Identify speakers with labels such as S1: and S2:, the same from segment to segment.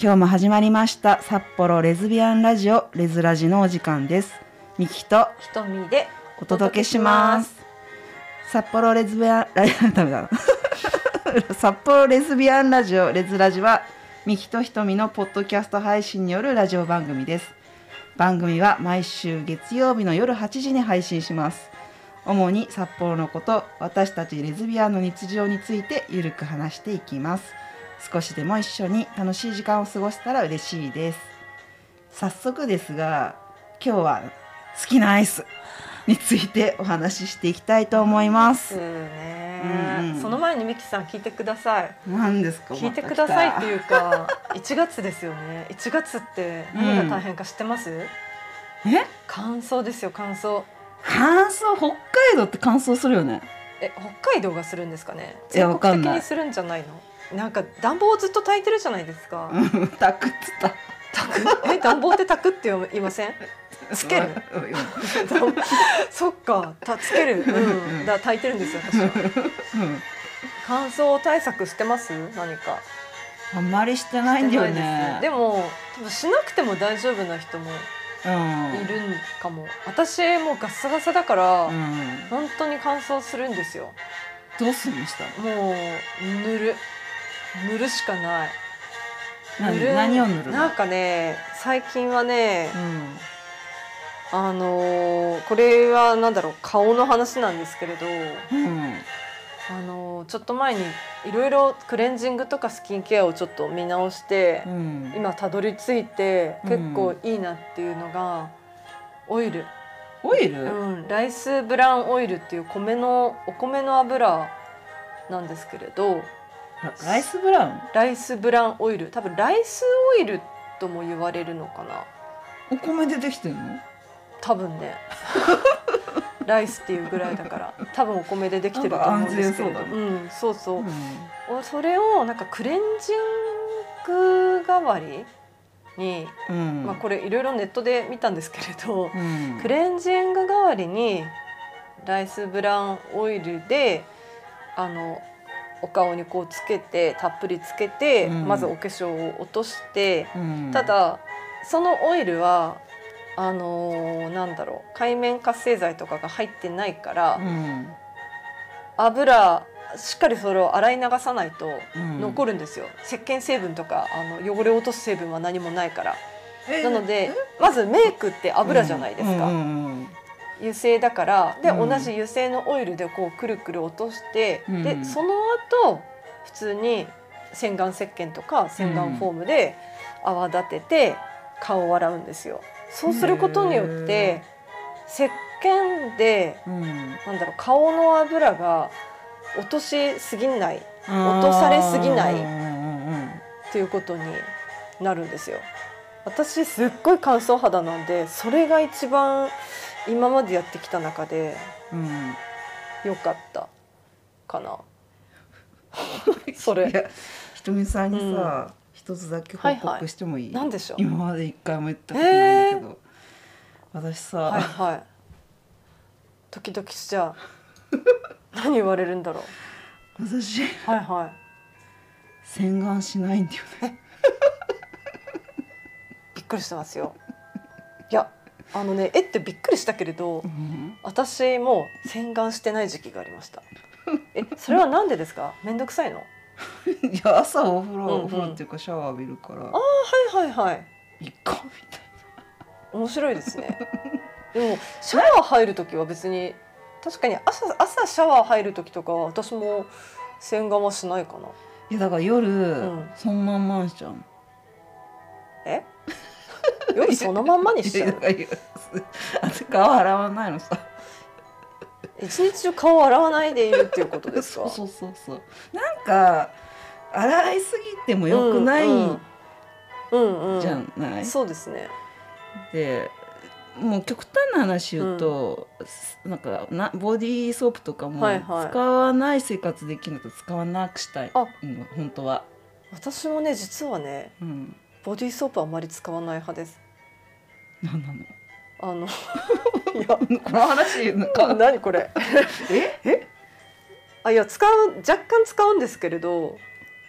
S1: 今日も始まりました札幌レズビアンラジオレズラジのお時間ですミキと
S2: ひとみで
S1: お届けします札幌レズビアン ラダメだな札幌レズビアンラジオレズラジはミキとひとみのポッドキャスト配信によるラジオ番組です番組は毎週月曜日の夜8時に配信します主に札幌のこと私たちレズビアンの日常についてゆるく話していきます少しでも一緒に楽しい時間を過ごせたら嬉しいです早速ですが今日は好きなアイスについてお話ししていきたいと思います
S2: ね、
S1: うんうん
S2: その前にミキさん聞いてください
S1: 何ですか
S2: 聞いてくださいって
S1: う
S2: いうか1月ですよね1月って何が大変か知ってます、
S1: え
S2: 乾燥ですよ乾燥
S1: 乾燥北海道って乾燥するよね
S2: え北海道がするんですかね
S1: いや
S2: 全
S1: わかん
S2: 国
S1: ない
S2: 的にするんじゃないのなんか暖房をずっと焚いてるじゃないですか
S1: うんたくっつった
S2: 焚くえ暖房って焚くって言い ませんつける
S1: う
S2: そっかたつけるうんだから焚いてるんですよ私
S1: ん
S2: は
S1: うん
S2: 乾燥対策してます何か
S1: あんまりしてないんだよ
S2: してない
S1: ね
S2: ですでも多分しなくても大丈夫な人もいるんかも、私もうガッサガサだから、
S1: うん、うん、
S2: 本当に乾燥するんですよ
S1: どうするんでした
S2: もう塗る塗るしかない
S1: 何何を塗るの
S2: なんかね最近はね、
S1: うん
S2: あのーこれはなんだろう顔の話なんですけれど、
S1: うん
S2: あのーちょっと前にいろいろクレンジングとかスキンケアをちょっと見直して、
S1: うん
S2: 今たどり着いて
S1: うん
S2: 結構いいなっていうのが、オイル、
S1: オイ
S2: う
S1: ル
S2: ん、ライスブランオイルっていう米のお米の油なんですけれど
S1: ラライスブラウン
S2: ライスブランオイル多分ライスオイルとも言われるのかな
S1: お米でできてるの
S2: 多分 ねライスっていうぐらいだから多分お米でできてると思うんですけれど
S1: なんか
S2: うん、そうそう、
S1: うん
S2: おそれをなんかクレンジング代わりに、
S1: うん
S2: まあ、これいろいろネットで見たんですけれど、
S1: うん
S2: クレンジング代わりにライスブランオイルであのお顔にこうつけてたっぷりつけて、
S1: うん
S2: まずお化粧を落として、
S1: うん
S2: ただそのオイルはあのーなんだろう界面活性剤とかが入ってないから、
S1: うん
S2: 油しっかりそれを洗い流さないと
S1: うん
S2: 残るんですよ、石鹸成分とかあの汚れを落とす成分は何もないから
S1: え
S2: なのでまずメイクって油じゃないですか、
S1: うんうん
S2: 油性だからで、
S1: うん
S2: 同じ油性のオイルでこうくるくる落として、
S1: うん
S2: でその後普通に洗顔石鹸とか洗顔フォームで泡立てて顔を洗うんですよ。そうすることによっ
S1: へ
S2: て石鹸で
S1: うんうん
S2: なんだろう顔の油が落としすぎないっ
S1: 落
S2: とされすぎない
S1: うん
S2: ていうことになるんですよ。私すっごい乾燥肌なんでそれが一番今までやってきた中で
S1: うんうん
S2: 良かったか な。それ
S1: いやひとみさんにさ一つだけ報告してもいい
S2: なんでしょう。
S1: 今まで一回も言ったことないんだけど私
S2: はい
S1: さ
S2: はい。ドキドキしち ゃう。何言われるんだろう。
S1: 私
S2: はいはい。
S1: 洗顔しないんだよね
S2: びっくりしてますよ。いやあのねえってびっくりしたけれど。
S1: うん
S2: 私も洗顔してない時期がありました。え、それはなんでですか？めんどくさいの？
S1: いや朝お風呂、
S2: うんうん
S1: お風呂っていうかシャワー浴びるから
S2: はいはいはい。
S1: 一個みたい
S2: 面白いです ね。でもシャワー入る時は別に確かに朝朝シャワー入る時とかは私も洗顔はしないかな。
S1: ないやだから夜、
S2: ん
S1: そのまんまんしゃん
S2: え？ 夜そのまんまにし
S1: い
S2: ち
S1: や
S2: ゃ
S1: だ
S2: う
S1: か。ら夜あと顔洗わないのさ
S2: 一日中顔洗わないでいるっていうことで す
S1: そ
S2: か
S1: う？そうそうそうなんか洗いすぎてもよくない
S2: うんうん。うん
S1: じゃ
S2: うん。
S1: ない、
S2: そうですね。
S1: でもう極端な話言うと、なんかなボディーソープとかも
S2: はいはい
S1: 使わない生活できるのと使わなくしたい、
S2: あ
S1: うん、本当は、
S2: 私もね実はね
S1: うん、
S2: ボディーソープあんまり使わない派です。
S1: なんなの
S2: あのいや。
S1: この話なんか
S2: 何これ
S1: え
S2: あいや使う若干使うんですけれど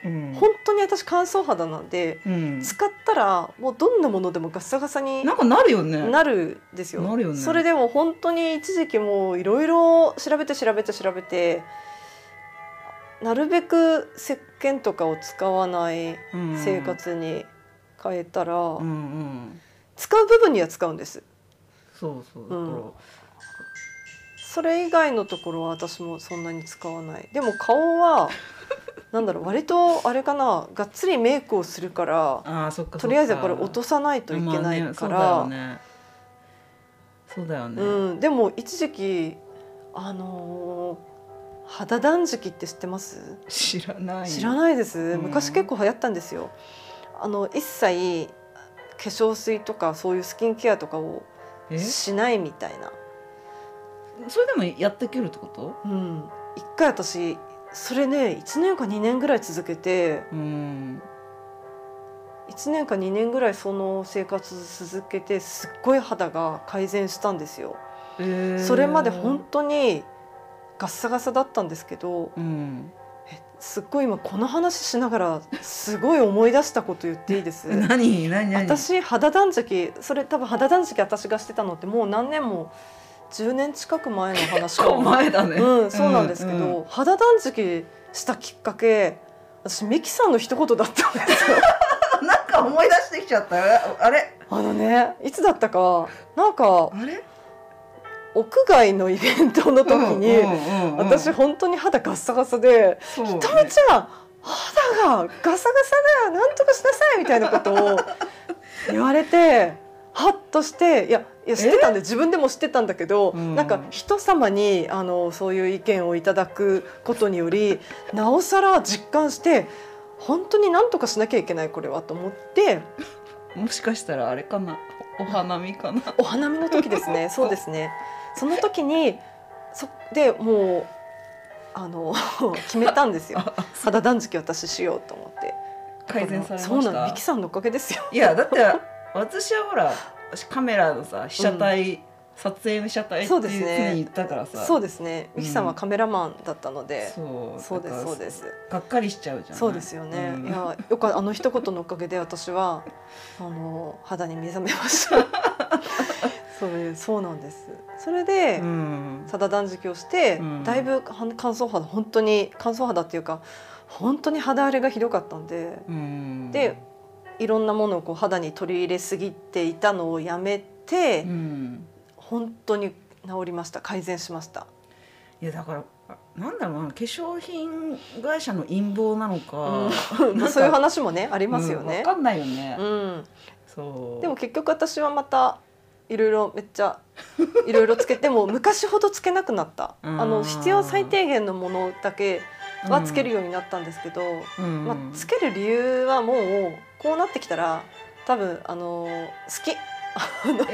S1: うん
S2: 本当に私乾燥肌なんで
S1: うん
S2: 使ったらもうどんなものでもガッサガサに
S1: なんかなるよね
S2: なるんですよ。
S1: なるよね
S2: それでも本当に一時期もういろいろ調べて調べて調べてなるべく石鹸とかを使わない
S1: うん
S2: 生活に変えたら、
S1: うんうん
S2: 使う部分には使うんです。
S1: そうそうだ
S2: う
S1: か
S2: ん
S1: ら
S2: それ以外のところは私もそんなに使わない。でも顔 はなんだろう割とあれかながっつりメイクをするから
S1: ああそっか
S2: とりあえずこれ落と
S1: す
S2: さないといけないか
S1: そ
S2: ら、
S1: うだよねそうだよね
S2: うん、でも一時期あのー肌断食って知ってます？
S1: 知らない
S2: 知ら
S1: い
S2: ないです。
S1: ん
S2: 昔結構流行ったんですよ。あの一切化粧水とかそういうスキンケアとかを
S1: えそ
S2: しないみたいな。
S1: れでもやっていけるってこと
S2: うん。一回私それね1年か2年ぐらい続けて
S1: うん
S2: 1年か2年ぐらいその生活続けてすっごい肌が改善したんですよ。
S1: えー
S2: それまで本当にガッサガサだったんですけど、
S1: うん
S2: すっごい今この話しながらすごい思い出したこと言っていいです
S1: 何何何
S2: 私肌断食それ多分肌断食私がしてたのってもう何年も10年近く前の話
S1: 結構前だね
S2: うん、そうなんですけど、
S1: うん
S2: 肌断食したきっかけ私ミキさんの一言だったん ですよ
S1: なんか思い出してきちゃったああれ
S2: あのねいつだったかなんか
S1: あれ
S2: 屋外のイベントの時に、私
S1: 本
S2: 本当に肌ガッサガサで
S1: 当
S2: ひとみちゃん肌がガサガサだよなんとかしなさいみたいなことを言わ れてハッとしていやいや知ってたんで自分でも知ってたんだけど、
S1: うん
S2: なんか人様にあのそういう意見をいただくことによりなおさら実感して本当になんとかしなきゃいけないこれはと思って
S1: もしかしたらあれかなおお花見かな
S2: お花見の時です ねそうですねその時にそでもうあの 決めたんですよ 肌断食私しようと思って。
S1: 改善されました
S2: そうなの、ミキさんのおかげで すよ。
S1: いやだって私はほらカメラのさ被写体、撮影の被写体って
S2: そ
S1: いう
S2: ですね
S1: 常に言ったからさ
S2: そう
S1: う
S2: ですね、
S1: うん
S2: ミキさんはカメラマンだったので。
S1: そう
S2: そうです、そうですす。
S1: がっかりしちゃうじゃない
S2: そうですよね。
S1: うん
S2: いや、よか、あの一言のおかげで、私は。あの、肌に目覚めました。そういう、そうなんです。それで。
S1: うん
S2: ただ断食をして、
S1: うん
S2: だいぶはん乾燥肌本当に乾燥肌っていうか本当に肌荒れがひどかったんで
S1: うん
S2: でいろんなものをこう肌に取り入れすぎていたのをやめて、
S1: うん
S2: 本当に治りました改善しました
S1: いやだからあなんだろうな化粧品会社の陰謀 なのか、
S2: うんまあそういう話もねありますよ
S1: うんわ
S2: ね。
S1: かんないよね、
S2: うん、
S1: そう
S2: でも結局私はまたいろいろめっちゃいろいろつけても昔ほどつけなくなったあ
S1: うん
S2: の必要最低限のものだけはつけるようになったんですけど、
S1: うん、
S2: まあ、つける理由はもうこうなってきたら多分あの好きあの化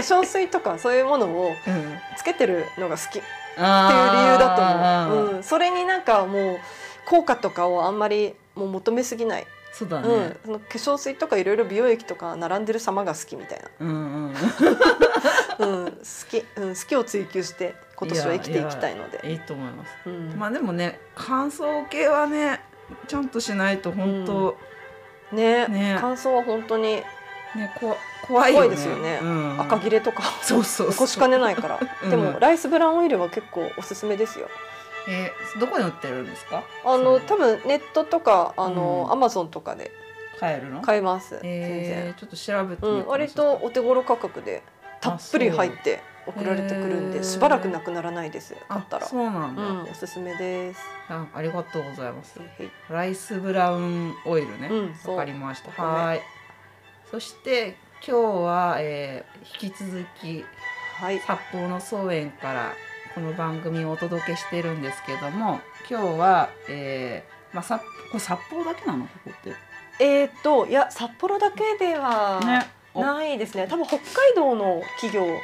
S2: 粧水とかそういうものを
S1: うん、っていう理由
S2: つけてるのが好きっていう理由だ
S1: だ
S2: と思う、うん、それになんかもう効果とかをあんまりもう求めすぎない、
S1: そうだね
S2: うん、、その化粧水とかいろいろ美容液とか並んでる様が好きみたい
S1: うんうん、
S2: な、うん、好き、うん、好きを追求して今年は生きていきたいので
S1: いいと思います
S2: うん
S1: まあでもね乾燥系はねちゃんとしないと本当、
S2: ね
S1: ね
S2: 感想は本当に
S1: ねこわ怖いよね
S2: 怖いですよね
S1: うん、
S2: 赤切れとか、
S1: そうそう
S2: 起
S1: そう
S2: こしかねないから、
S1: うん
S2: でもライスブラウンオイルは結構おすすめですよ
S1: えーどこに売ってるんですか
S2: あの
S1: そ
S2: 多分ネットとかあの、
S1: うん
S2: アマゾンとかで
S1: 買えるの
S2: 買えます全然、
S1: えー、ちょっと調べてみよう
S2: うん、割とお手頃価格でたっぷり入って送られてくるん
S1: へー
S2: でしばらくなくならないです
S1: あ
S2: 買ったら
S1: そうなん
S2: う
S1: だ、
S2: んおすすめです
S1: あありがとうございます
S2: はい
S1: ライスブラウンオイルね、
S2: うんそう
S1: わかりました
S2: お米
S1: はいそして今日は、えー引き続き
S2: はい
S1: 札幌の草園からこの番組をお届けしてるんですけども今日は、えーまあ、札これ札幌だけなのここって
S2: えっといや札幌だけでは
S1: ねお
S2: ないですね多分北海道の企業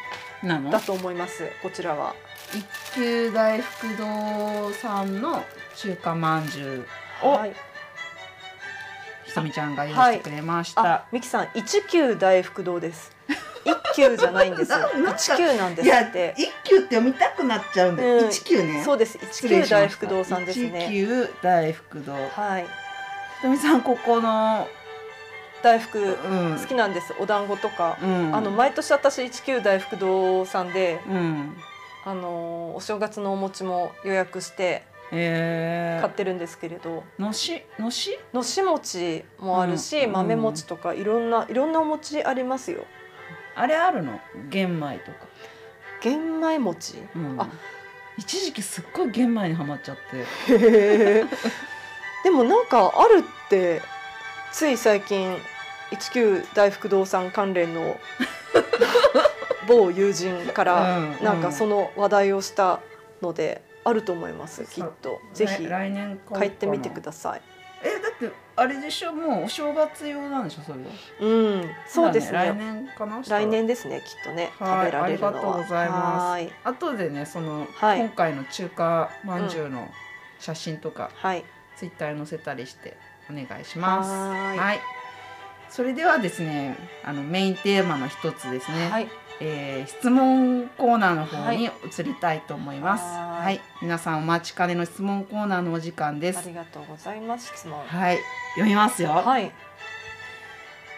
S1: なの
S2: だと思いますこちらは
S1: 一級大福堂さんの中華まんじゅうお
S2: はい
S1: ひとみちゃんが用意してくれました、
S2: あミキさん一級大福堂です一級じゃないんですよ
S1: ななんか
S2: 一級なんで
S1: い
S2: す
S1: や
S2: って
S1: 一級って読みたくなっちゃうんだよ、
S2: うん
S1: 一級ね
S2: そうです
S1: 失
S2: 一
S1: 礼
S2: 級
S1: しました
S2: 大福堂さんです
S1: 一
S2: ね
S1: 級大福堂
S2: はい
S1: ひとみさんここの
S2: 大福
S1: うん
S2: 好きなんですお団子とか、
S1: うん
S2: あの毎年私19大福堂さんで、
S1: うん
S2: あのーお正月のお餅も予約して
S1: え
S2: 買ってるんですけれど、
S1: ー、のしのし
S2: のし餅もあるし、
S1: うん
S2: 豆餅とかいろんないろんなお餅ありますよ
S1: あれあるの玄米とか、
S2: 玄 米餅
S1: うん、
S2: あ
S1: 一時期すっごい玄米にはまっちゃって
S2: へーでもなんかあるってつい最近19大福堂さん関連 の某友人から
S1: うん
S2: なんかその話題をしたのであると思いま
S1: そ
S2: す、
S1: う
S2: きっとぜひ
S1: 来来年
S2: 帰ってみてく
S1: さ
S2: ださい
S1: いえだってあれでしょもうお正月用なんでしょそれは
S2: うんそうです
S1: まだ来
S2: ね
S1: 年かな
S2: 来年ですねきっとね食
S1: はい
S2: べられるの
S1: あ
S2: は
S1: りがとうございます
S2: はーい
S1: 後でねその、
S2: はい
S1: 今回の中華まんじゅうの写真とか、
S2: はい
S1: ツイッターに載せたりしてお願いします
S2: はーい
S1: それではですねあのメインテーマの一つですね、
S2: はい
S1: えー質問コーナーの方に移りたいと思います
S2: は
S1: はいい、皆さんお待ちかねの質問コーナーのお時間で
S2: あ
S1: す
S2: りがとうございます質問
S1: はい読みますよ、
S2: はい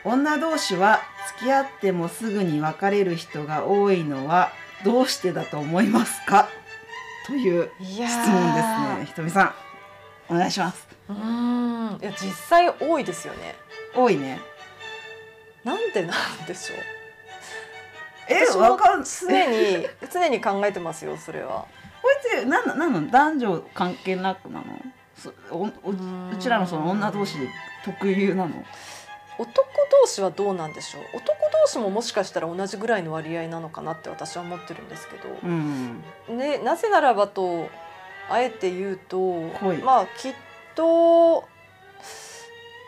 S1: 女同士は付き合ってもすぐに別れる人が多いのはどうしてだと思いますかという
S2: いや
S1: 質
S2: ー
S1: 問ですねひとみさんお願いします
S2: うーんいや実際多いですよね
S1: 多いね
S2: なんでなんでしょう
S1: え
S2: 私も
S1: わかんえ
S2: 常に常に考えてますよそれは
S1: こいつなんななんなの男女関係なくなのそおお
S2: う
S1: う
S2: ーん
S1: ちらのその女同士特有なの
S2: 男同士はどうなんでしょう男同士ももしかしたら同じぐらいの割合なのかなって私は思ってるんですけど、
S1: うん
S2: ね、なぜならばとあえて言うと
S1: はい
S2: まあきっと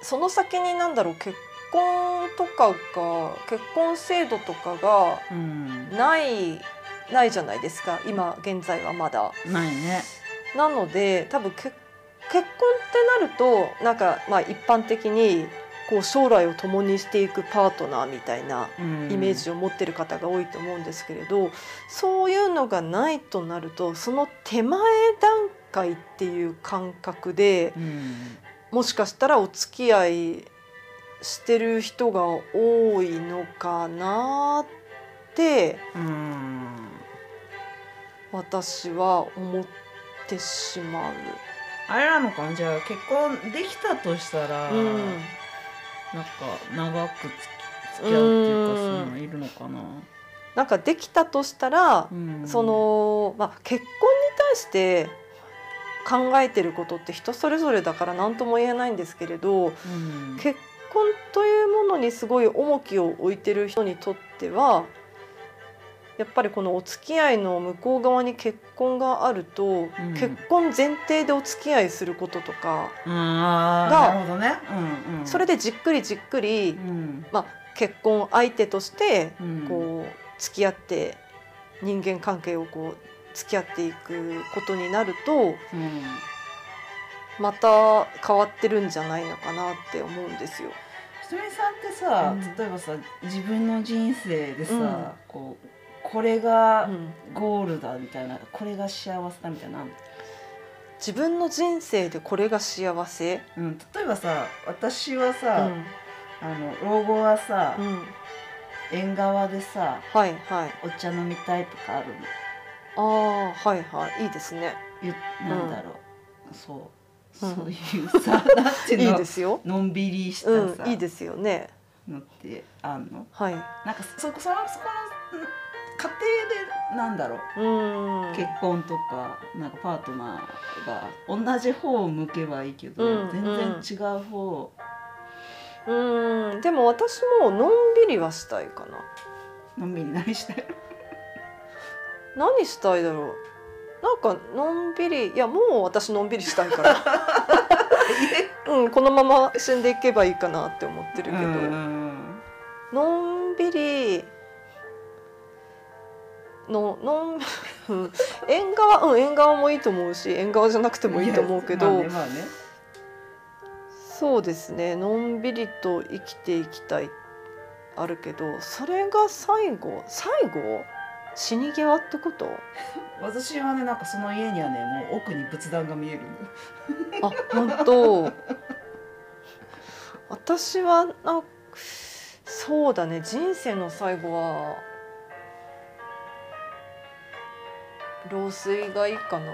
S2: その先になんだろう結婚とかが結婚制度とかが
S1: うん
S2: ないないじゃないですか今現在はまだ。
S1: ないね
S2: なので多分結結婚ってなるとなんかまあ一般的にこう将来を共にしていくパートナーみたいな
S1: うん
S2: イメージを持ってる方が多いと思うんですけれど、そういうのがないとなるとその手前段階っていう感覚で
S1: うん
S2: もしかしたらお付き合いしてる人が多いのかなって
S1: うん
S2: 私は思ってしまう。
S1: あれなのかなじゃあ結婚できたとしたら、
S2: うん
S1: なんか長く付き付き合うっていうかそういうのいるのかな。
S2: なんかできたとしたら、
S1: うん
S2: その、まあ、結婚に対して考えてることって人それぞれだから何とも言えないんですけれど
S1: うん
S2: 結婚というものにすごい重きを置いてる人にとってはやっぱりこのお付き合いの向こう側に結婚があると、結婚前提でお付き合いすることとか、
S1: ああなるほどね。うんうん、
S2: それでじっくりじっくり、
S1: うん
S2: まあ、結婚相手として
S1: うん、
S2: こう付き合って人間関係をこう付き合っていくことになると
S1: うん、
S2: また変わってるんじゃないのかなって思うんですよ。
S1: ひとみさんってさ、
S2: うん
S1: 例えばさ自分の人生でさ、
S2: うん
S1: こうこれ
S2: う
S1: が
S2: ん、
S1: ゴールだみたいな、これが幸せだみたいなのあんの。
S2: 自分の人生でこれが幸せ、
S1: うん例えばさ私は
S2: う
S1: さ、
S2: ん
S1: あの老後はさ、
S2: うん、
S1: 縁側でさ
S2: はいはい
S1: お茶飲みたいとかあるの。
S2: ああはいはいいいですね
S1: ゆなんだろう、そう
S2: うん
S1: そういう さ、なんて
S2: いい
S1: いうの
S2: ですよ、
S1: のんびりした
S2: う
S1: さ、
S2: ん、いいですよね
S1: のってあんの
S2: はい
S1: なんかそそこそのそこのうん家庭でなんだろう
S2: うん
S1: 結婚とかなんかパートナーが同じ方を向けばいいけど、
S2: うん
S1: 全然違う方
S2: うんでも私ものんびりはしたいかな
S1: のんびり何してる
S2: 何したいだろうなんかのんびりいやもう私のんびりしたいからうんこのまま死んでいけばいいかなって思ってるけど、
S1: うん
S2: のんびりののんうん縁側うん縁側もいいと思うし縁側じゃなくてもいいと思うけ
S1: い
S2: ど、
S1: やまあねまあね
S2: そうですねのんびりと生きていきたいあるけどそれが最後最後死に際ってこと
S1: 私はねなんかその家にはねもう奥に仏壇が見えるの
S2: あ本当私はなそうだね人生の最後は老衰がいいかな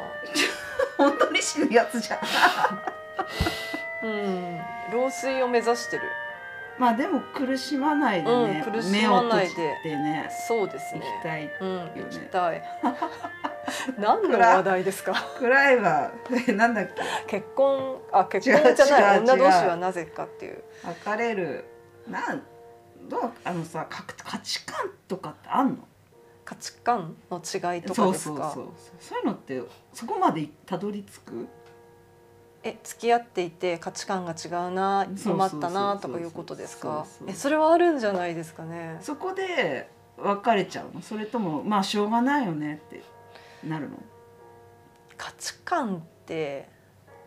S1: 本当に死ぬやつじゃん
S2: うん老衰を目指してる
S1: まあでも苦しまないでね、
S2: うん苦しまないで
S1: 目を閉じてね
S2: そうです
S1: 行
S2: ね
S1: きたい
S2: うん
S1: ね
S2: 行きたい 何の話題ですか
S1: くらいは なんだっけ
S2: 結婚あ結
S1: 違う違
S2: 婚
S1: う
S2: じゃな
S1: 違
S2: い
S1: う
S2: 女同士はなぜかっていう
S1: 別れるなんどうあのさか価値観とかってあんの
S2: 価値観の違いとか
S1: そう
S2: です
S1: そう
S2: か
S1: そうそういうのってそこまでたどり着く
S2: え付き合っていて価値観が違うな
S1: そうそうそう
S2: 困ったなとかいうことです
S1: そ
S2: か
S1: うそう
S2: えそれはあるんじゃないですかね
S1: そこで別れちゃうのそれともまあしょうがないよねってなるの
S2: 価値観って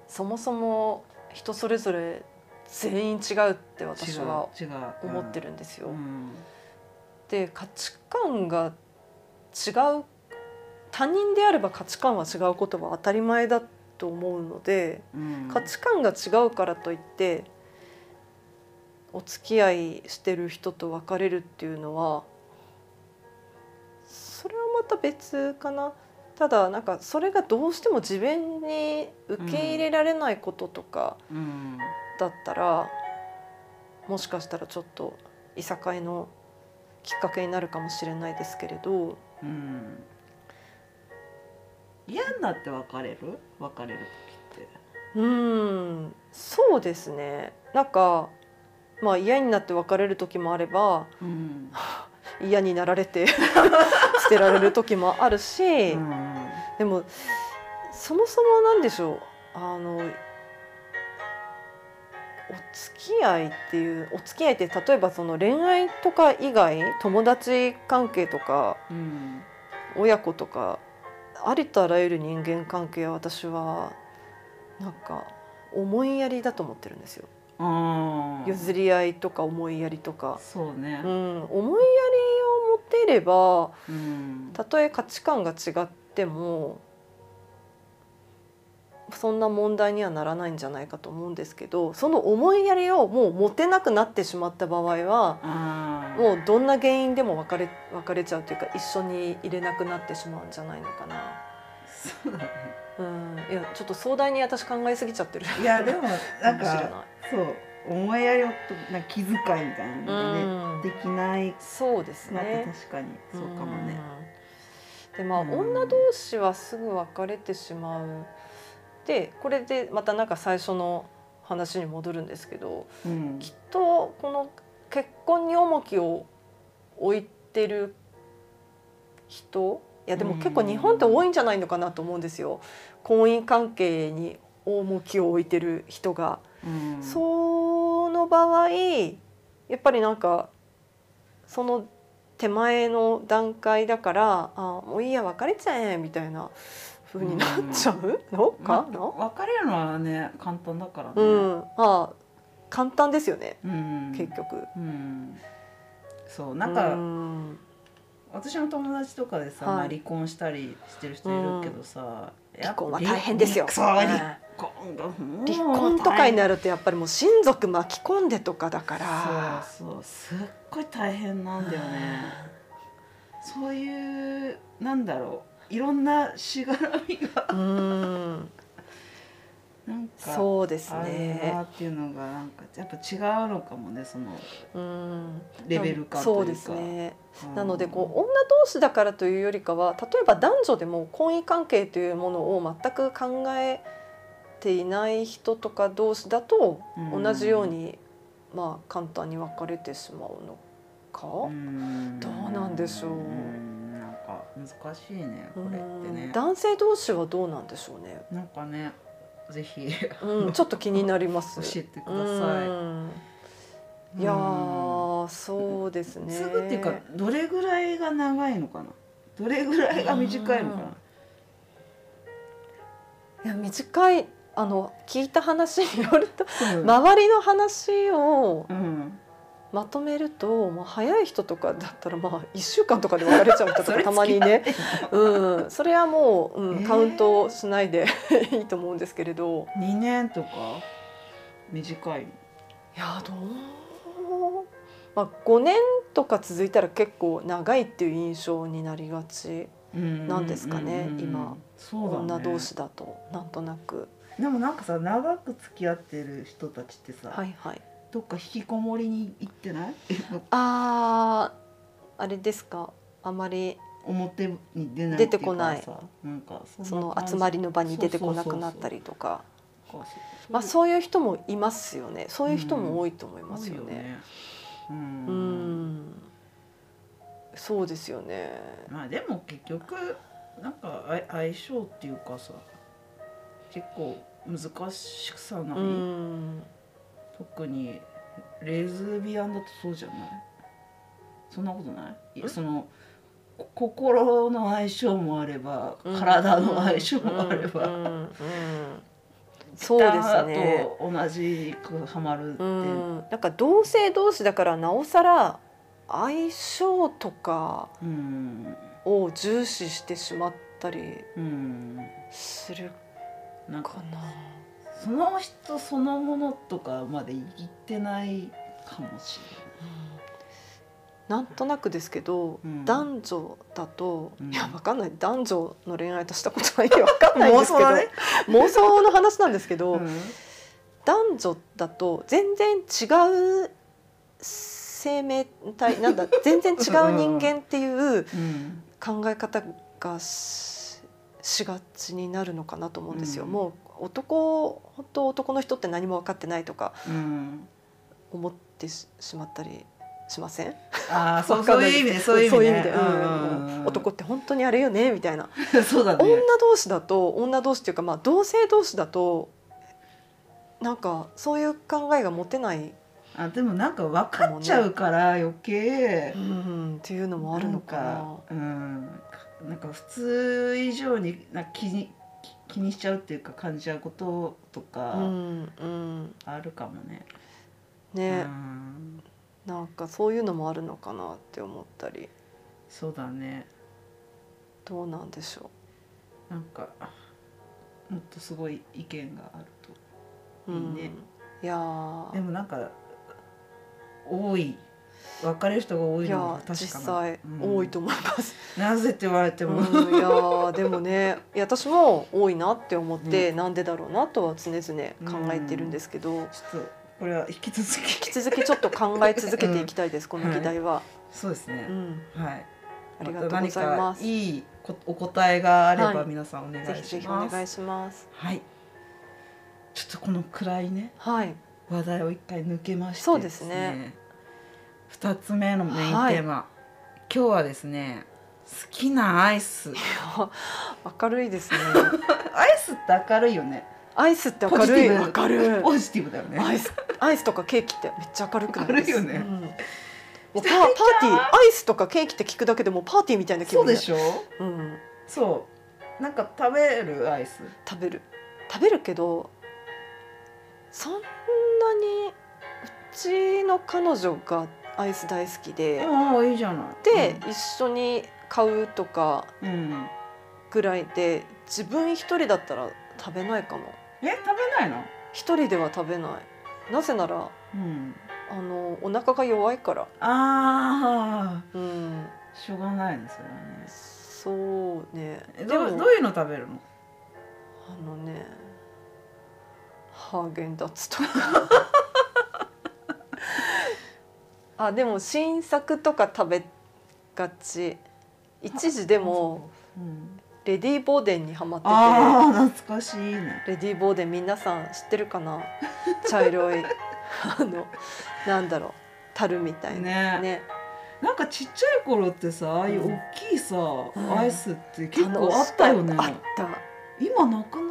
S2: そもそも人それぞれ全員違うって私は
S1: 違う違う
S2: 思って
S1: る
S2: るんですよ。
S1: うん
S2: で価値観が違う他人であれば価値観は違うことは当たり前だと思うので
S1: うん
S2: 価値観が違うからといってお付き合いしてる人と別れるっていうのはそれはまた別かなただなんかそれがどうしても自分に受け入れられないこととか
S1: うん
S2: だったら、もしかしたらちょっといさかいのきっかけになるかもしれないですけれど
S1: うん嫌になって別れる別れる時って
S2: うーんそうですねなんかまあ嫌になって別れる時もあれば
S1: うん
S2: 嫌になられて 捨てられる時もあるし、
S1: うん
S2: でもそもそもなんでしょうあのお付き合いっていうお付き合いって例えばその恋愛とか以外友達関係とか
S1: うん
S2: 親子とかありとあらゆる人間関係は私はなんか思いやりだと思ってるんですよ
S1: あー
S2: 譲り合いとか思いやりとか、
S1: そうね
S2: うん、思いやりを持っていれば
S1: うん
S2: たとえ価値観が違ってもそんな問題にはならないんじゃないかと思うんですけどその思いやりをもう持てなくなってしまった場合は
S1: あー
S2: もうどんな原因でも別れ別れちゃうというか一緒にいれなくなってしまうんじゃないのかな。
S1: そうだね
S2: うん、いやちょっと壮大に私考えすぎちゃってる
S1: いやでもなん
S2: かもしれ
S1: か
S2: な
S1: そう思いやりをとなんか気遣いみたいなのがね、
S2: い、 うん
S1: で、きない
S2: そうです
S1: なって
S2: ね
S1: 確かにそうかもね。
S2: うんでまあ、
S1: うん
S2: 女同士はすぐ別れてしまうでこれでまたなんか最初の話に戻るんですけど
S1: うん
S2: きっとこの結婚に重きを置いてる人いやでも結構日本って多いんじゃないのかなと思うんですよ婚姻関係に重きを置いてる人が。
S1: うん
S2: その場合やっぱりなんかその手前の段階だからあもういいや別れちゃえみたいな風になっちゃうのかな、
S1: 別れるのはね簡単だからね。
S2: うんあ簡単ですよね
S1: うん
S2: 結局。
S1: うんそうなんか、
S2: うん
S1: 私の友達とかでさ、
S2: はい
S1: まあ、離婚したりしてる人いるけどさ、やっぱ
S2: 離婚は大変ですよ。
S1: そう
S2: うん
S1: 離婚がもう
S2: 離婚とかにな
S1: る
S2: るとやっぱりもう親族巻き込んでとかだから。
S1: そうそうすっごい大変なんだよね。そういうなんだろういろんなしがらみが
S2: うん、
S1: なんか
S2: そうです
S1: ある
S2: ね
S1: な。っていうのがなんかやっぱ違うのかもねその
S2: うん、
S1: レベル感とい
S2: そ
S1: うか
S2: うですね。
S1: うん
S2: なのでこう女同士だからというよりかは例えば男女でも婚姻関係というものを全く考えていない人とか同士だと
S1: うん
S2: 同じように、まあ簡単に別れてしまうのか、
S1: ん
S2: どうなんでしょうん
S1: なんか難しいねこれって
S2: うん
S1: ね
S2: 男性同士はどうなんでしょうね、
S1: なんかねぜ ひ
S2: うん、ちょっと気になります
S1: 教えてください
S2: うんいやーそうです
S1: うん
S2: ね
S1: すぐっていうかどれぐらいが長いのかなどれぐらいが短いのかない
S2: や短いあの聞いた話によると
S1: うん
S2: 周りの話を
S1: うん
S2: まとめると、まあ、早い人とかだったらまあ1週間とかで別れちゃう人と
S1: そ
S2: か
S1: れ
S2: たまにね
S1: 付き合ってんの
S2: うん、それはもう、うん
S1: えー
S2: カウントし ないでいいと思うんですけれど
S1: 2年とか短いの
S2: いやどう、まあ、5年とか続いたら結構長いっていう印象になりがち
S1: な
S2: なんですかね今
S1: そうだ、ね、
S2: 女同士だとなんとなく
S1: でもなんかさ長く付き合ってる人たちってさ、
S2: はいはい
S1: どっか引きこもりに行ってない
S2: あーあれですかあまり
S1: 表に出ないっていうか
S2: 出てこない
S1: さなんかそんな
S2: その集ま
S1: り
S2: りの場に出てこなくなったりとかまあ
S1: う
S2: そういう人もいますよねそういう人も多いと思い
S1: 思
S2: ますよね。
S1: う、
S2: うんんそうですよね
S1: まあでも結局なんかあい相性っていうかさ結構難しくさない、
S2: うん
S1: 特にレズビアンだとそうじゃないそんなことないいやそのこ心の相性もあれば体の相性もあれば、
S2: うんうんうんそうですね。
S1: ギターと同じくハマるって、
S2: うん、なんか同性同士だからなおさら相性とか
S1: うん
S2: を重視してしまったり
S1: うん、
S2: する
S1: なんか
S2: かな。
S1: その人そのものとかまで言ってないかもし
S2: なんとなくですけど、
S1: うん
S2: 男女だと、
S1: うん
S2: いやわかんない男女の恋愛としたことないよわか
S1: れ
S2: ん
S1: な
S2: ないい
S1: 妄
S2: です
S1: 想
S2: けど
S1: だ
S2: 妄想,、
S1: ね
S2: の話なんですけど、
S1: うん
S2: 男女だと全然違う生命体 なんだ全然違う人間っていう
S1: うん
S2: 考え方がししがちになるのかなと思うんですよ。
S1: うん
S2: もう男本当男の人って何も分かってないとか
S1: うん
S2: 思ってししまったりしません
S1: あ あそう
S2: わか
S1: そ
S2: ん
S1: う
S2: ないいう
S1: 意味ね
S2: そ
S1: そううい
S2: いう
S1: う意味
S2: 意
S1: ね
S2: 味で、うん、男って本当にあれよねみたいな、
S1: うん そうだね
S2: 女同士だと女同士っていうかまあ同性同士だとなんかそういう考えが持てない、
S1: あでもなんか分かっちゃうから余計
S2: うん、っていうのもあるのかな
S1: なんかうんなんか普通以上になんか気に気気にしちゃうっていうか感じちゃうことと
S2: う
S1: か
S2: んうん
S1: あるかもね、う
S2: ね、
S1: ん
S2: なんかそういうのもあるのかなって思ったり
S1: そうだね
S2: どうなんでしょ
S1: なんかもっとすごい意見がある
S2: う、うん、
S1: いいね
S2: いや
S1: と
S2: ー
S1: でもなんか多い別れる人が多い
S2: いや
S1: のが確か
S2: ー
S1: に
S2: 実際多いと思います、
S1: なぜって言われても、
S2: うん、いやーでもねいや私も多いなって思って、なんでだろうなとは常々考えてるんですけど、
S1: ちょっとこれは引き続
S2: 引き
S1: き
S2: 続きちょっと考え続けていきたいで す、この議題は、
S1: そうですね
S2: う、ん、
S1: はい
S2: ありがとうございます
S1: また何かいいこお答えがあれば
S2: はい
S1: 皆さんお願いし
S2: ぜ
S1: ます、
S2: ひぜひお願いします
S1: はいちょっとこの暗いね
S2: はい
S1: 話題を一回抜けまして
S2: そうですね
S1: ですね二つ目のメインテ
S2: はい
S1: ーマ、今日はですね好きなアイス
S2: 明るいですね
S1: アイスって明るいよね
S2: アイスって明るい明るい
S1: ポジティブだよね
S2: アイスアイスとかケーキってめっちゃ明るくないです
S1: 明るいよね
S2: うんもうパパーティーアイスとかケーキって聞くだけでもうパーティーみたいな気
S1: そう
S2: 分
S1: でしょ
S2: ょ、うん、
S1: そうなんか食べるアイス
S2: 食べる食べるけどそんなにうちの彼女がアイス大好きで、
S1: ああいいじゃない
S2: で、一緒に買うとか
S1: うんうん
S2: ぐらいで自分一人だったら食べないかも
S1: え食べないの
S2: 一人では食べないなぜなら
S1: うん
S2: あのお腹が弱いから
S1: ああ
S2: うん
S1: しょうがないねそれはね
S2: そうね
S1: え
S2: で
S1: どうど
S2: も
S1: ういうの食べるの
S2: あのねハーゲンダッ ツとかあでも新作とか食べがち一時でも、
S1: うん、
S2: レディー・ボーデンにはまってて
S1: ああ懐かしいね
S2: レディーボーデン皆さん知ってるかな茶色いあのなんだろう樽みたいな
S1: ねなんかちっちゃい頃ってさああいう大きいさ、
S2: ん
S1: アイスって結構あったよね
S2: あった
S1: 今なくない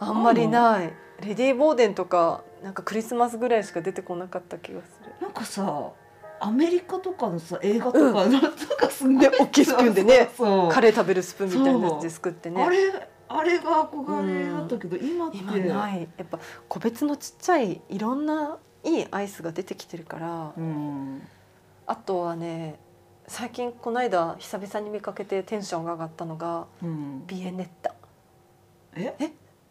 S2: あんまりないレディーボーデンとかなんかクリスマスぐらいしか出てこなかった気がする
S1: なんかさアメリカとかのさ映画とか、なんかすんごい
S2: ね大きいスプーンでね
S1: そう
S2: カレー食べるスプーンみたいなやつで作って
S1: あ
S2: ね
S1: れあれが憧れだったけど、今って
S2: 今ないやっぱ個別のちっちゃいいろんないいアイスが出てきてるから
S1: うん
S2: あとはね最近この間久々に見かけてテンションが上がったのが
S1: うん、
S2: ビエネッタ
S1: え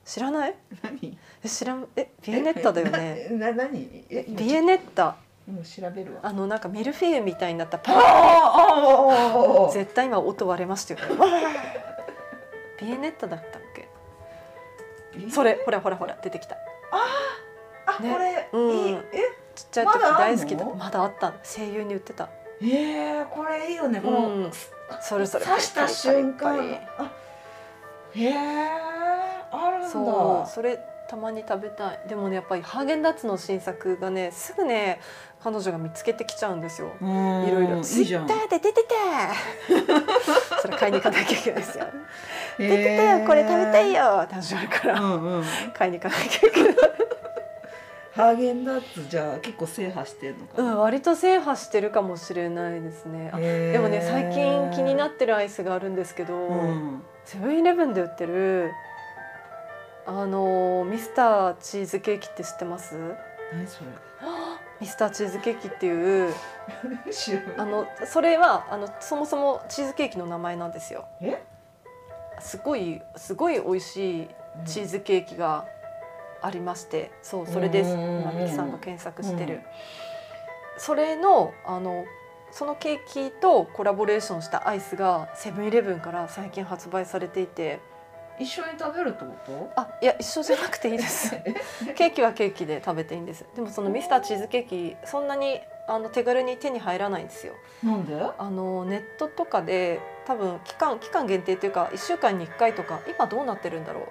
S2: 知らない
S1: 何
S2: え知らんえビエネッタだよね
S1: な何え今
S2: ビエネッタ
S1: もう調べるわ
S2: あのなんかミルフィーユみたいになった
S1: あ
S2: パン
S1: ああ
S2: 絶対今音割れました よねビエネッタだったっけそれほらほらほら出てきた
S1: あ
S2: ね
S1: これ
S2: うん
S1: いい
S2: ちっちゃい
S1: ま
S2: 時
S1: だあん
S2: 大
S1: の
S2: 好きだまだあった声優に売ってた
S1: ええーこれいいよねこ
S2: う
S1: の
S2: んそれそれ
S1: 刺した瞬
S2: パリパリ
S1: 間
S2: パ
S1: あへえある
S2: リ
S1: ん
S2: そ
S1: だ
S2: うそれたまに食べたいでもねやっぱりハーゲンダッツの新作がねすぐね彼女が見つけてきちゃうんですよ
S1: いろ
S2: いろいろ
S1: い
S2: ツイ
S1: いじゃ
S2: ッ
S1: ん
S2: ターで出てて それ買いに行かなきゃいけない ですよ
S1: 出
S2: 出ててこれ食べたいよって話あるか
S1: う
S2: ら
S1: んうん
S2: 買いに行かなきゃいけない
S1: ハーゲンダッツじゃあ結構制覇してんのか
S2: う
S1: な、
S2: ん割と制覇してるかもしれないですねあ
S1: へー
S2: でもね最近気になってるアイスがあるんですけど、
S1: うん
S2: セブンイレブンで売ってるあのミスターチーズケーキって知っ てます
S1: 何それ
S2: ミスターチーズケーキっていう
S1: 知らない
S2: あのそれはあのそもそもチーズケーキの名前なんですよ
S1: え
S2: すごいすごい美味しいチーズケーキがありましてそうそれです
S1: うんうんうんうん
S2: 今ミキさんが検索してる、それのあのそのケーキとコラボレーションしたアイスがセブンイレブンから最近発売されていて
S1: 一緒に食べるってこ
S2: あいや一緒じゃなくていいですケーキはケーキで食べていいんですでもそのミスターチーズケーキそんなにあの手軽に手に入らないんですよ
S1: となんであ
S2: あのネットとかで多分期間期間限定というか1週間に1回とか今どうなってるんだろう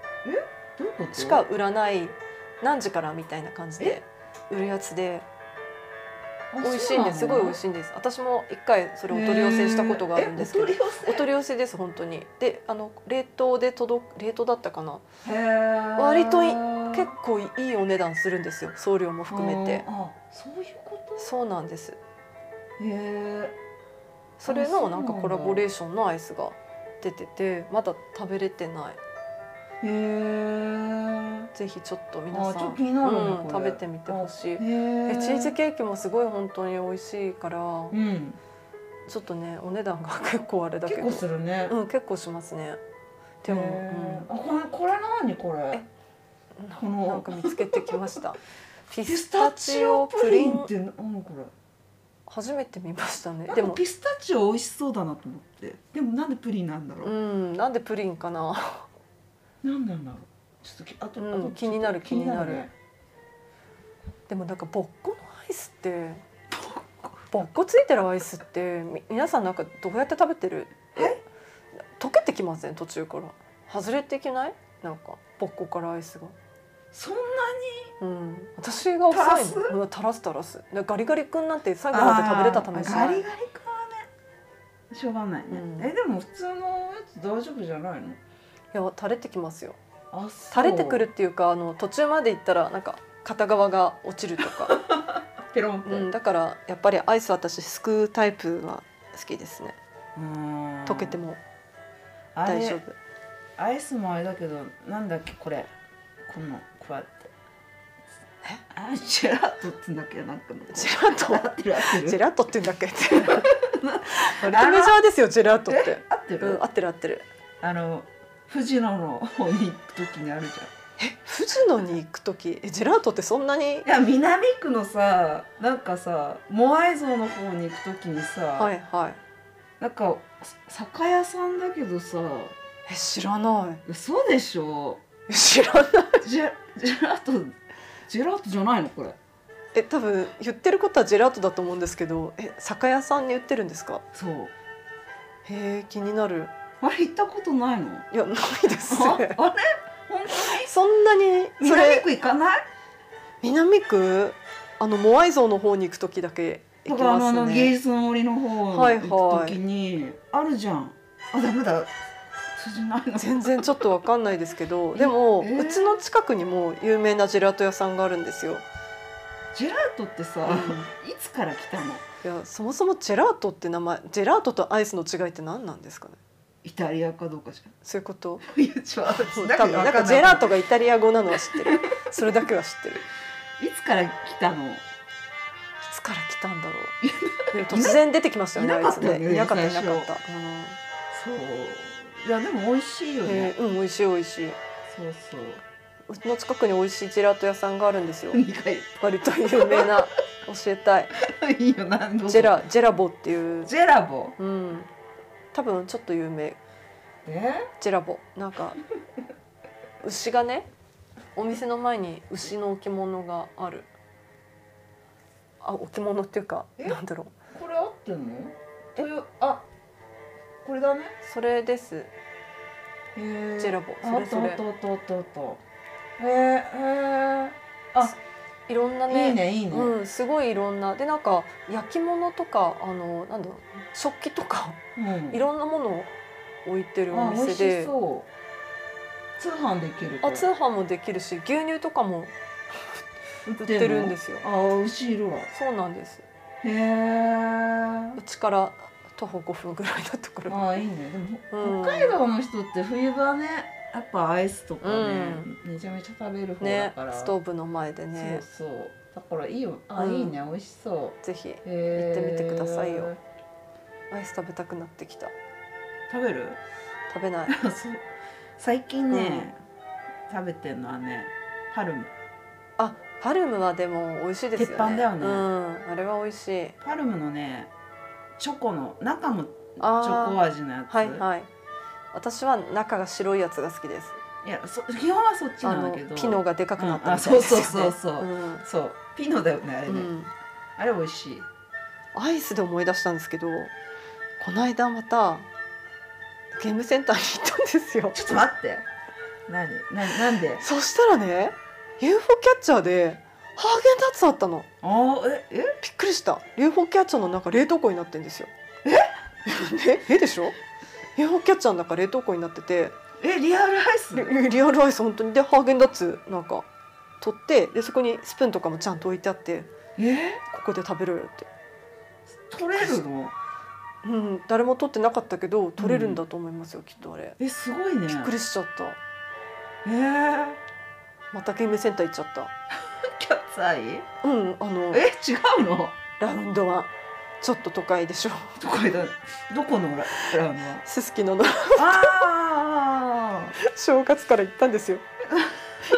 S1: どういうこと
S2: しか売らない何時からみたいな感じで売るやつで美味しいんですすごい美味
S1: い
S2: しいんです私も一回それお取り寄せしたことがあるんですけど
S1: お取り寄せ
S2: お取り寄せです本当にであの冷凍で届く冷凍だったかな
S1: へー
S2: 割とい結構いいお値段するんですよ送料も含めて
S1: あーあそういうこと
S2: そうなんです
S1: へえ
S2: それ
S1: そう
S2: の
S1: な
S2: なんん
S1: だ
S2: かコラボレーションのアイスが出ててまだ食べれてない
S1: へえ
S2: ぜひちょっと皆
S1: あ
S2: さ
S1: ちょっ
S2: ん
S1: と気になるね
S2: うん、
S1: これ
S2: 食べてみてほしい
S1: へえ
S2: えチーズケーキもすごい本当に美味しいから
S1: うん
S2: ちょっとねお値段が結構あれだけ
S1: 結
S2: ど
S1: 構するね
S2: うん結構しますねでも、
S1: へーあこれこれ何これ
S2: うんな
S1: この
S2: なんか見つけてきましたピ
S1: ピ
S2: ス
S1: スタ
S2: タ
S1: チ
S2: チ
S1: オ
S2: オ
S1: プ
S2: プ
S1: リ
S2: リ
S1: ンっ
S2: ン
S1: て何これ
S2: 初めて見ましたね
S1: なん
S2: で
S1: か
S2: も
S1: ピスタチオ美味しそうだなと思ってでもなんでプリンなんだろ
S2: う
S1: うん
S2: なんでプリンかな
S1: なんなんだろうちょっときあと
S2: うん
S1: あと
S2: 気にな
S1: ちょ
S2: る
S1: っと
S2: 気になるでもなんかぼっこのアイスってぼっこついてるアイスってみ皆さんなんかどうやって食べてる
S1: え
S2: 溶けてきません途中から外れていけないなんかぼっこからアイスが
S1: そんな
S2: うん私が遅い
S1: 垂らす
S2: のうん垂らす垂らすでガリガリ君なんて最後まで食べれたため
S1: あ
S2: じ
S1: ー
S2: ゃ
S1: ガ
S2: な
S1: リ
S2: い
S1: ガリ君はねしょうがないね、
S2: うん
S1: えでも普通のやつ大丈夫じゃないの
S2: いや垂れてきますよ
S1: あそう
S2: 垂れてくるっていうかあの途中まで行ったらなんか片側が落ちる とか、
S1: ペロンって、
S2: うん、だからやっぱりアイス私すくうタイプが好きですね
S1: うん
S2: 溶けても
S1: あれ
S2: 大丈夫
S1: アイスもあれだけどなんだっけこれこのこうやって
S2: え
S1: あジェラートってんだっけなんか の
S2: ジェラー
S1: 合
S2: ト
S1: ってる合ってる
S2: ジェラートって言うんだっけ
S1: あの
S2: あれメジャーですよジェラートって
S1: え合ってる、
S2: うん合ってる合ってる
S1: あの富士野の方に行く時にあるじ
S2: 富士野に行く時えジェラートってそんなに
S1: ゃんいや南区のさなんかさモアイ像の方に行く時にさ、
S2: はいはい
S1: なんか酒屋さんだけどさ
S2: え知らない
S1: 嘘でしょ
S2: え知らない
S1: ジェジェラートジェラートじゃないのこれ
S2: え多分言ってることはジェラートだと思うんですけどえ酒屋さんに売ってるんですか
S1: そう
S2: へえ気になる
S1: あれ行ったことないの
S2: いやないです
S1: ああれ本当に
S2: そんなにそ
S1: 南
S2: れ
S1: 区行かない
S2: 南区あのモアイ像の方に行く時だけ行
S1: だ
S2: き
S1: から
S2: ま
S1: あ
S2: す
S1: の芸
S2: ね
S1: 術の森の方
S2: はいはい
S1: 行く時にあるじゃんあダメだ筋ないの
S2: 全然ちょっとわかんないですけどでも、
S1: えー
S2: うちの近くにも有名なジェラート屋さんがあるんですよ、
S1: ジェラートってさ、いつから来たの
S2: いやそもそもジェラートって名前ジェラートとアイスの違いって何なんですかね
S1: イタリアかどうかじ
S2: そういうこと
S1: ゃんいやちょっと
S2: 多
S1: 私
S2: 分
S1: だけど
S2: なん
S1: わか
S2: か
S1: ん
S2: ジェラー
S1: ない
S2: トがイタリア語なのは知ってるそれだけは知ってるい
S1: つから来たの
S2: つから来たんだろうでも突然出てきましたよね
S1: いなかったよね
S2: あいつねいなかったいな
S1: 最
S2: か
S1: 初
S2: った、うん
S1: そういやでも美味しいよね、
S2: えーうん美味しい美味しい
S1: そうそう
S2: うの近くに美味しいジェラート屋さんがあるんですよ
S1: 二回
S2: 割と有名な教えたい
S1: いいよなどうぞ
S2: ジェラジェラボっていう
S1: ジェラボ
S2: うん多分ちょっと有名
S1: え
S2: ジェラボなんか牛がねお店の前に牛の置物があるあ置物っていうか
S1: え
S2: なんだろう
S1: これ合ってんのというあこれだね
S2: それです
S1: ジェ
S2: ジェラボ
S1: あ
S2: そ
S1: っ
S2: れ
S1: た
S2: そ
S1: あったあ
S2: れ
S1: ったあったあったへえへ
S2: いろんな
S1: え
S2: ね
S1: いいねいいね、うん
S2: うん、すごいいろんなでなんか焼き物とかあのなんだろう食器とかいろんなものを置いてるお
S1: あ美
S2: 店
S1: 味し
S2: で
S1: そう通販できる
S2: あ通販もできるし牛乳とかも売ってるんですすよ
S1: あ牛いるわ
S2: そうなんです
S1: へ
S2: う
S1: え
S2: ちから徒歩5分ぐらいのところに
S1: あいいねでも、
S2: うん
S1: 北海道の人って冬場ねやっぱアイスとかね、めちゃめちゃ食べる方だ
S2: ね
S1: から、
S2: ストーブの前でね
S1: そうそうだからいいよあ、
S2: うん
S1: いいね美味しそう
S2: ぜひ
S1: 行
S2: 行ってみてくださいよアイス食べたくなってきた
S1: 食べる
S2: 食べない
S1: そう最近ね、食べてんのはねパルム
S2: あパルムはでも美味しいですよ
S1: 鉄
S2: ね
S1: 板だよね
S2: うん、あれは美味しい
S1: パルムのねチョコの中もチ
S2: あー
S1: ョコ味のやつ、
S2: はいはい私は中が白いやつが好きです
S1: い、やそ基本はそっち
S2: あ
S1: なん
S2: の
S1: だけど
S2: ピノがでかくなったみたいですよね、
S1: うんあそうそうそうそうそうピノだよねあれ
S2: う
S1: ね、
S2: んうん
S1: あれ美味しい
S2: アイスで思い出したんですけどこの間またゲームセンターに行ったんですよ
S1: ちょっと待って何ななんで
S2: そしたらね UFO キャッチャーでハーゲンダッツあったの
S1: あーええ
S2: びっくりした UFO キャッチャーの中冷凍庫になってんですよ えねえでしょ UFO キャッチャーの中冷凍庫になってて
S1: えリアルアイス
S2: リリアルアイス本当にでハーゲンダッツなんか取ってでそこにスプーンとかもちゃんと置いてあって
S1: え
S2: ここで食べろよって、
S1: 取れるの
S2: うん、誰も取ってなかったけど取れるんだと思いますよ、きっとあれ
S1: えすごいね
S2: びっくりしちゃった
S1: えー、
S2: またゲームセンター行っちゃっ
S1: キャッツアイ
S2: たうんあの
S1: え違うの
S2: ラウンドはちょっと都会でしょ
S1: どこだどこのララウンドは
S2: すすきのの
S1: ああ
S2: 正月から行ったんですよ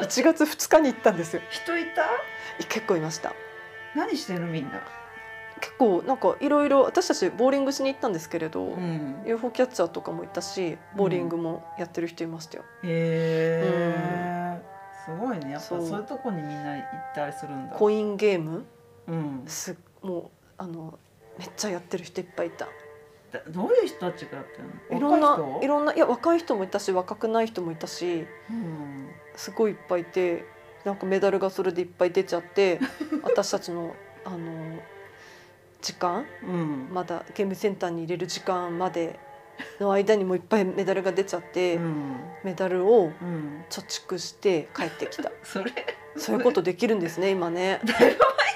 S2: 1月2日に行ったんですよ
S1: 人いた
S2: い結構いました
S1: 何してるみんな
S2: 結構なんかいろいろ私たちボーリングしに行ったんですけれど、
S1: ん
S2: UFO キャッチャーとかもいたしボーリングもやってる人いましたよ、
S1: へえすごいねやっぱ
S2: そ
S1: そうういうとこにみんな行ったりするんだ
S2: コインゲーム
S1: うん
S2: すもうあのめっちゃやってる人いっぱいいた
S1: だどういう人たちがやってるの
S2: い
S1: 若人
S2: ろんないろんないや若い人もいたし若くない人もいたし
S1: うん
S2: すごいいっぱいいてなんかメダルがそれでいっぱい出ちゃって 私たちのあの時間
S1: うん
S2: まだゲームセンターに入れる時間までの間にもいっぱいメダルが出ちゃって、
S1: うん
S2: メダルを
S1: うん
S2: 貯蓄して帰っ てきた
S1: それ
S2: そういうことできるんですね今 ね
S1: 前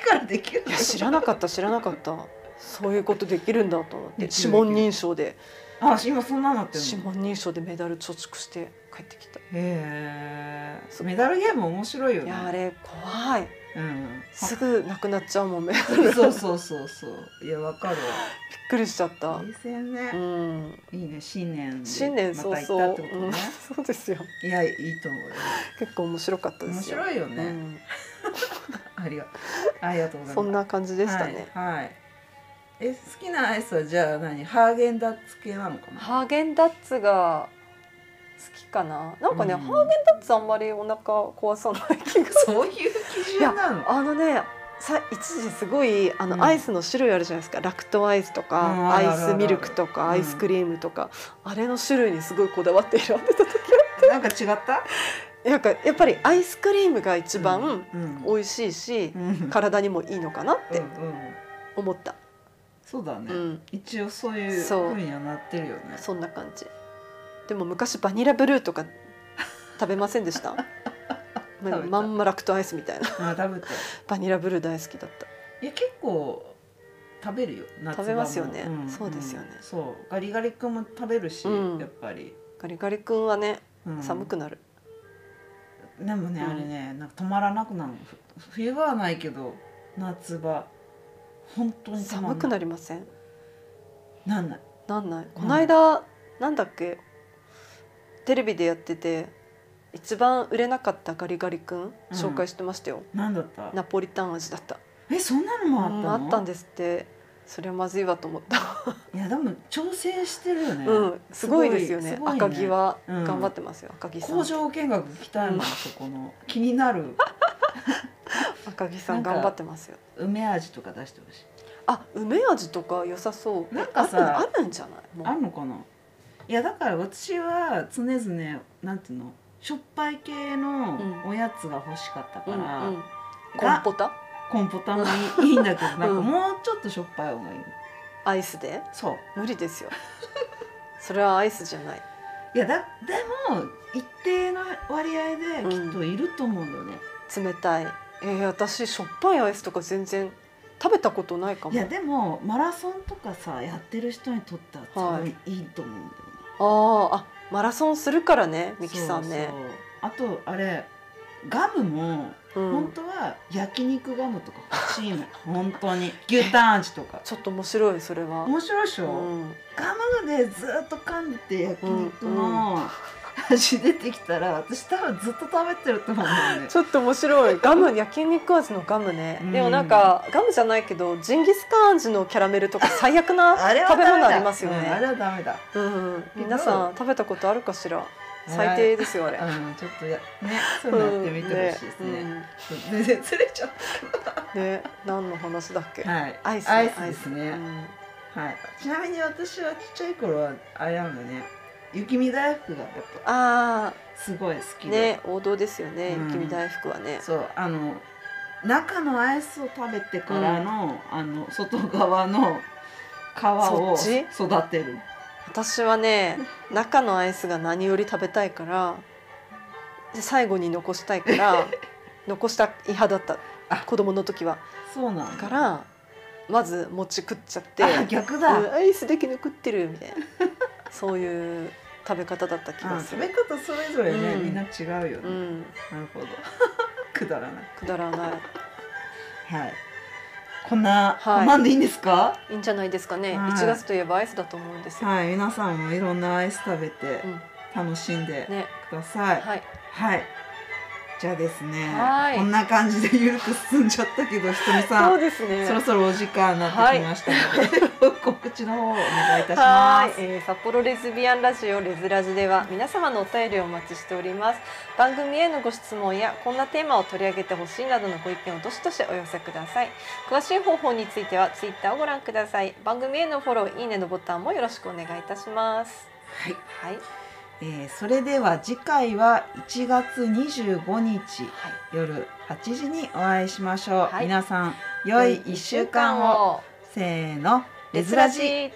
S1: からできる
S2: いや知らなかった知らなかったそういうことできるんだと思っ
S1: で
S2: て
S1: きる
S2: 指紋認証で
S1: あ今そんなのなって
S2: 指
S1: るの
S2: 紋認証でメダル貯蓄して帰ってきたい
S1: へえメダルゲーム面白いよね
S2: やあれ怖い
S1: うん
S2: すぐなくなっちゃうもんねびっ
S1: そうそうそうそういやわかる
S2: くりしちゃった
S1: わ冷静
S2: う
S1: ね、
S2: ん
S1: いいね新年で
S2: 新年早
S1: また行った
S2: 々、
S1: ってこと
S2: うん
S1: ね、
S2: そうですよ
S1: いやいいと思うよ
S2: 結構面白かったで
S1: 面
S2: すよ
S1: 白いよね、ありがありがとうござ
S2: うん、
S1: います
S2: そんな感じでしたね、
S1: はい、はいえ好きなアイスはじゃあ何ハーゲンダッツ系なのかな
S2: ハーゲンダッツが好きかななんかね、
S1: うん
S2: ハーゲンダッツあんまりお腹壊さない気が
S1: そういう基準なの
S2: あのねさ一時すごいあの、
S1: うん
S2: アイスの種類あるじゃないですかラクトアイスとか、
S1: うんあるあ
S2: ア
S1: る
S2: イ
S1: ある
S2: スミルクとか、
S1: うん
S2: アイスクリームとかあれの種類にすごいこだわって 選んでた時
S1: なんか違った
S2: なんかやっぱりアイスクリームが一番
S1: うん
S2: 美味しいし
S1: う、ん
S2: 体にもいいのかなっ
S1: うんう
S2: て
S1: ん
S2: 思った、
S1: そうだね、
S2: うん、
S1: 一応そういうふ
S2: そう
S1: うにはなってるよね
S2: そんな感じでも昔バニラブルーとか食べません でした
S1: べた
S2: まんまラクトアイスみたいな
S1: あ食べた
S2: バニラブルー大好きだった
S1: いや結構食べるよ夏場も
S2: 食べますよね
S1: ん
S2: そうですよね
S1: んそうガリガリ君も食べるし、
S2: うん
S1: やっぱり、
S2: ガリガリ君はね
S1: うん
S2: 寒くなる、
S1: でもね、
S2: うん
S1: あれねなんか止まらなくなるのふ冬場はないけど夏場本当に止ま
S2: 寒く
S1: な
S2: ないりません
S1: なんない
S2: なんないこの間、なんだっけテレビでやってて一番売れなかったガリガリ君
S1: うん
S2: 紹介してましたよ、
S1: なんだった
S2: ナポリタン味だった
S1: えそんなのもあった
S2: うん
S1: の、
S2: あったんですってそれはまずいわと思った、
S1: いやでも調整してるよね、
S2: うんすごいですよね
S1: すごい
S2: 赤木は
S1: うん
S2: 頑張ってますよ、赤木さん
S1: 工場見学行きたいもん、
S2: うん
S1: そこの気になる
S2: 赤木さん
S1: なんか
S2: 頑張ってますよ
S1: 梅味とか出してほし
S2: あ梅味とか良さそう
S1: なんかさ
S2: あるあるんじゃない
S1: い
S2: もう
S1: あるのかないやだから私は常々なんていうのしょっぱい系の
S2: うん
S1: おやつが欲しかったか
S2: う
S1: ら、
S2: んうん、コ
S1: が
S2: ンポタ
S1: コンポタもいいいいんだけどな んか
S2: うん
S1: もうちょっとしょっぱい方がいい
S2: アイスで
S1: そう
S2: 無理ですよ それはアイスじゃない
S1: いやだでも一定の割合できっといると思うんだよね、
S2: 冷たいえー、私しょっぱいアイスとか全然食べたことないかも
S1: いやでもマラソンとかさやってる人にとってはすご
S2: はい
S1: いいいと思うんだよね、
S2: あーあマラソンするからねミキさんね
S1: そうそうあとあれガムも
S2: うん
S1: 本当は焼肉ガムとか欲しいの、本当に牛タン味とか
S2: ちょっと面白いそれは、
S1: 面白いでし
S2: う
S1: ょ、
S2: ん、
S1: ガムでずっと噛んでて焼肉の味出てきたら私多分ずっと食べてると思うんだよね
S2: ちょっと面白い ガム焼肉味のガムね、
S1: うん
S2: でもなんかガムじゃないけどジンギスカン味のキャラメルとか最悪な
S1: あれは
S2: 食べ
S1: ダメ
S2: 物
S1: だ
S2: ありますよ
S1: うんあ
S2: ね、
S1: れはダメだ
S2: うん皆さん食べたことあるかしら最低ですよあれ、
S1: うんちょっとやねそういうのやってみてほしいですね、
S2: うんね
S1: ちょっと全然ずれちゃっ
S2: うんね何の話だっけ、
S1: たはい
S2: アイス
S1: アイスですね
S2: うん
S1: はい、ちなみに私はちっちゃい頃はあれなんだね雪見大福がやっぱ
S2: あ
S1: すごい好
S2: あ
S1: きで、
S2: ね王道ですよね、
S1: うん
S2: 雪見大福はね
S1: そうあの中のアイスを食べてからの,、あの外側の皮を
S2: そっ
S1: 育てる
S2: 私はね中のアイスが何より食べたいからで最後に残したいから 残したい派だった
S1: あ
S2: 子供の時は
S1: そうなん
S2: だ
S1: だ
S2: からまず餅食っちゃって
S1: あ逆だ、
S2: うんアイスだけ残ってるみ たいなそういう食べ方だった気
S1: あ
S2: がす
S1: 食
S2: る
S1: べ方それぞれね、
S2: うん
S1: みんな違うよ
S2: う
S1: ね、
S2: ん
S1: なるほど くだらない
S2: くだらない
S1: はいこんな、
S2: はい
S1: こんなんでいいんですか
S2: いいんじゃないですかね
S1: はい
S2: 1月といえばアイスだと思うんですよ、
S1: はい皆さんもいろんなアイス食べて
S2: うん
S1: 楽しんで
S2: ね
S1: ください、
S2: はい
S1: はい。じゃあですね。
S2: はい
S1: こんな感じでゆるく進んじゃったけど、ひとみさ。
S2: そうんですね
S1: そろそろお時間になってきましたので、 告知の方をお願いいたしま
S2: は
S1: す。
S2: い、えー札幌レズビアンラジオレズラジでは皆様のお便りをお待ちしております番組へのご質問やこんなテーマを取り上げてほしいなどのご意見をどしどしお寄せください詳しい方法についてはツイッターをご覧ください番組へのフォローいいねのボタンもよろしくお願いいたします
S1: はい、
S2: はい、
S1: えーそれでは次回は1月25日
S2: はい、
S1: 夜8時にお会いしましょう。
S2: はい
S1: 皆さん良い1週間を。せーの、レズラジ。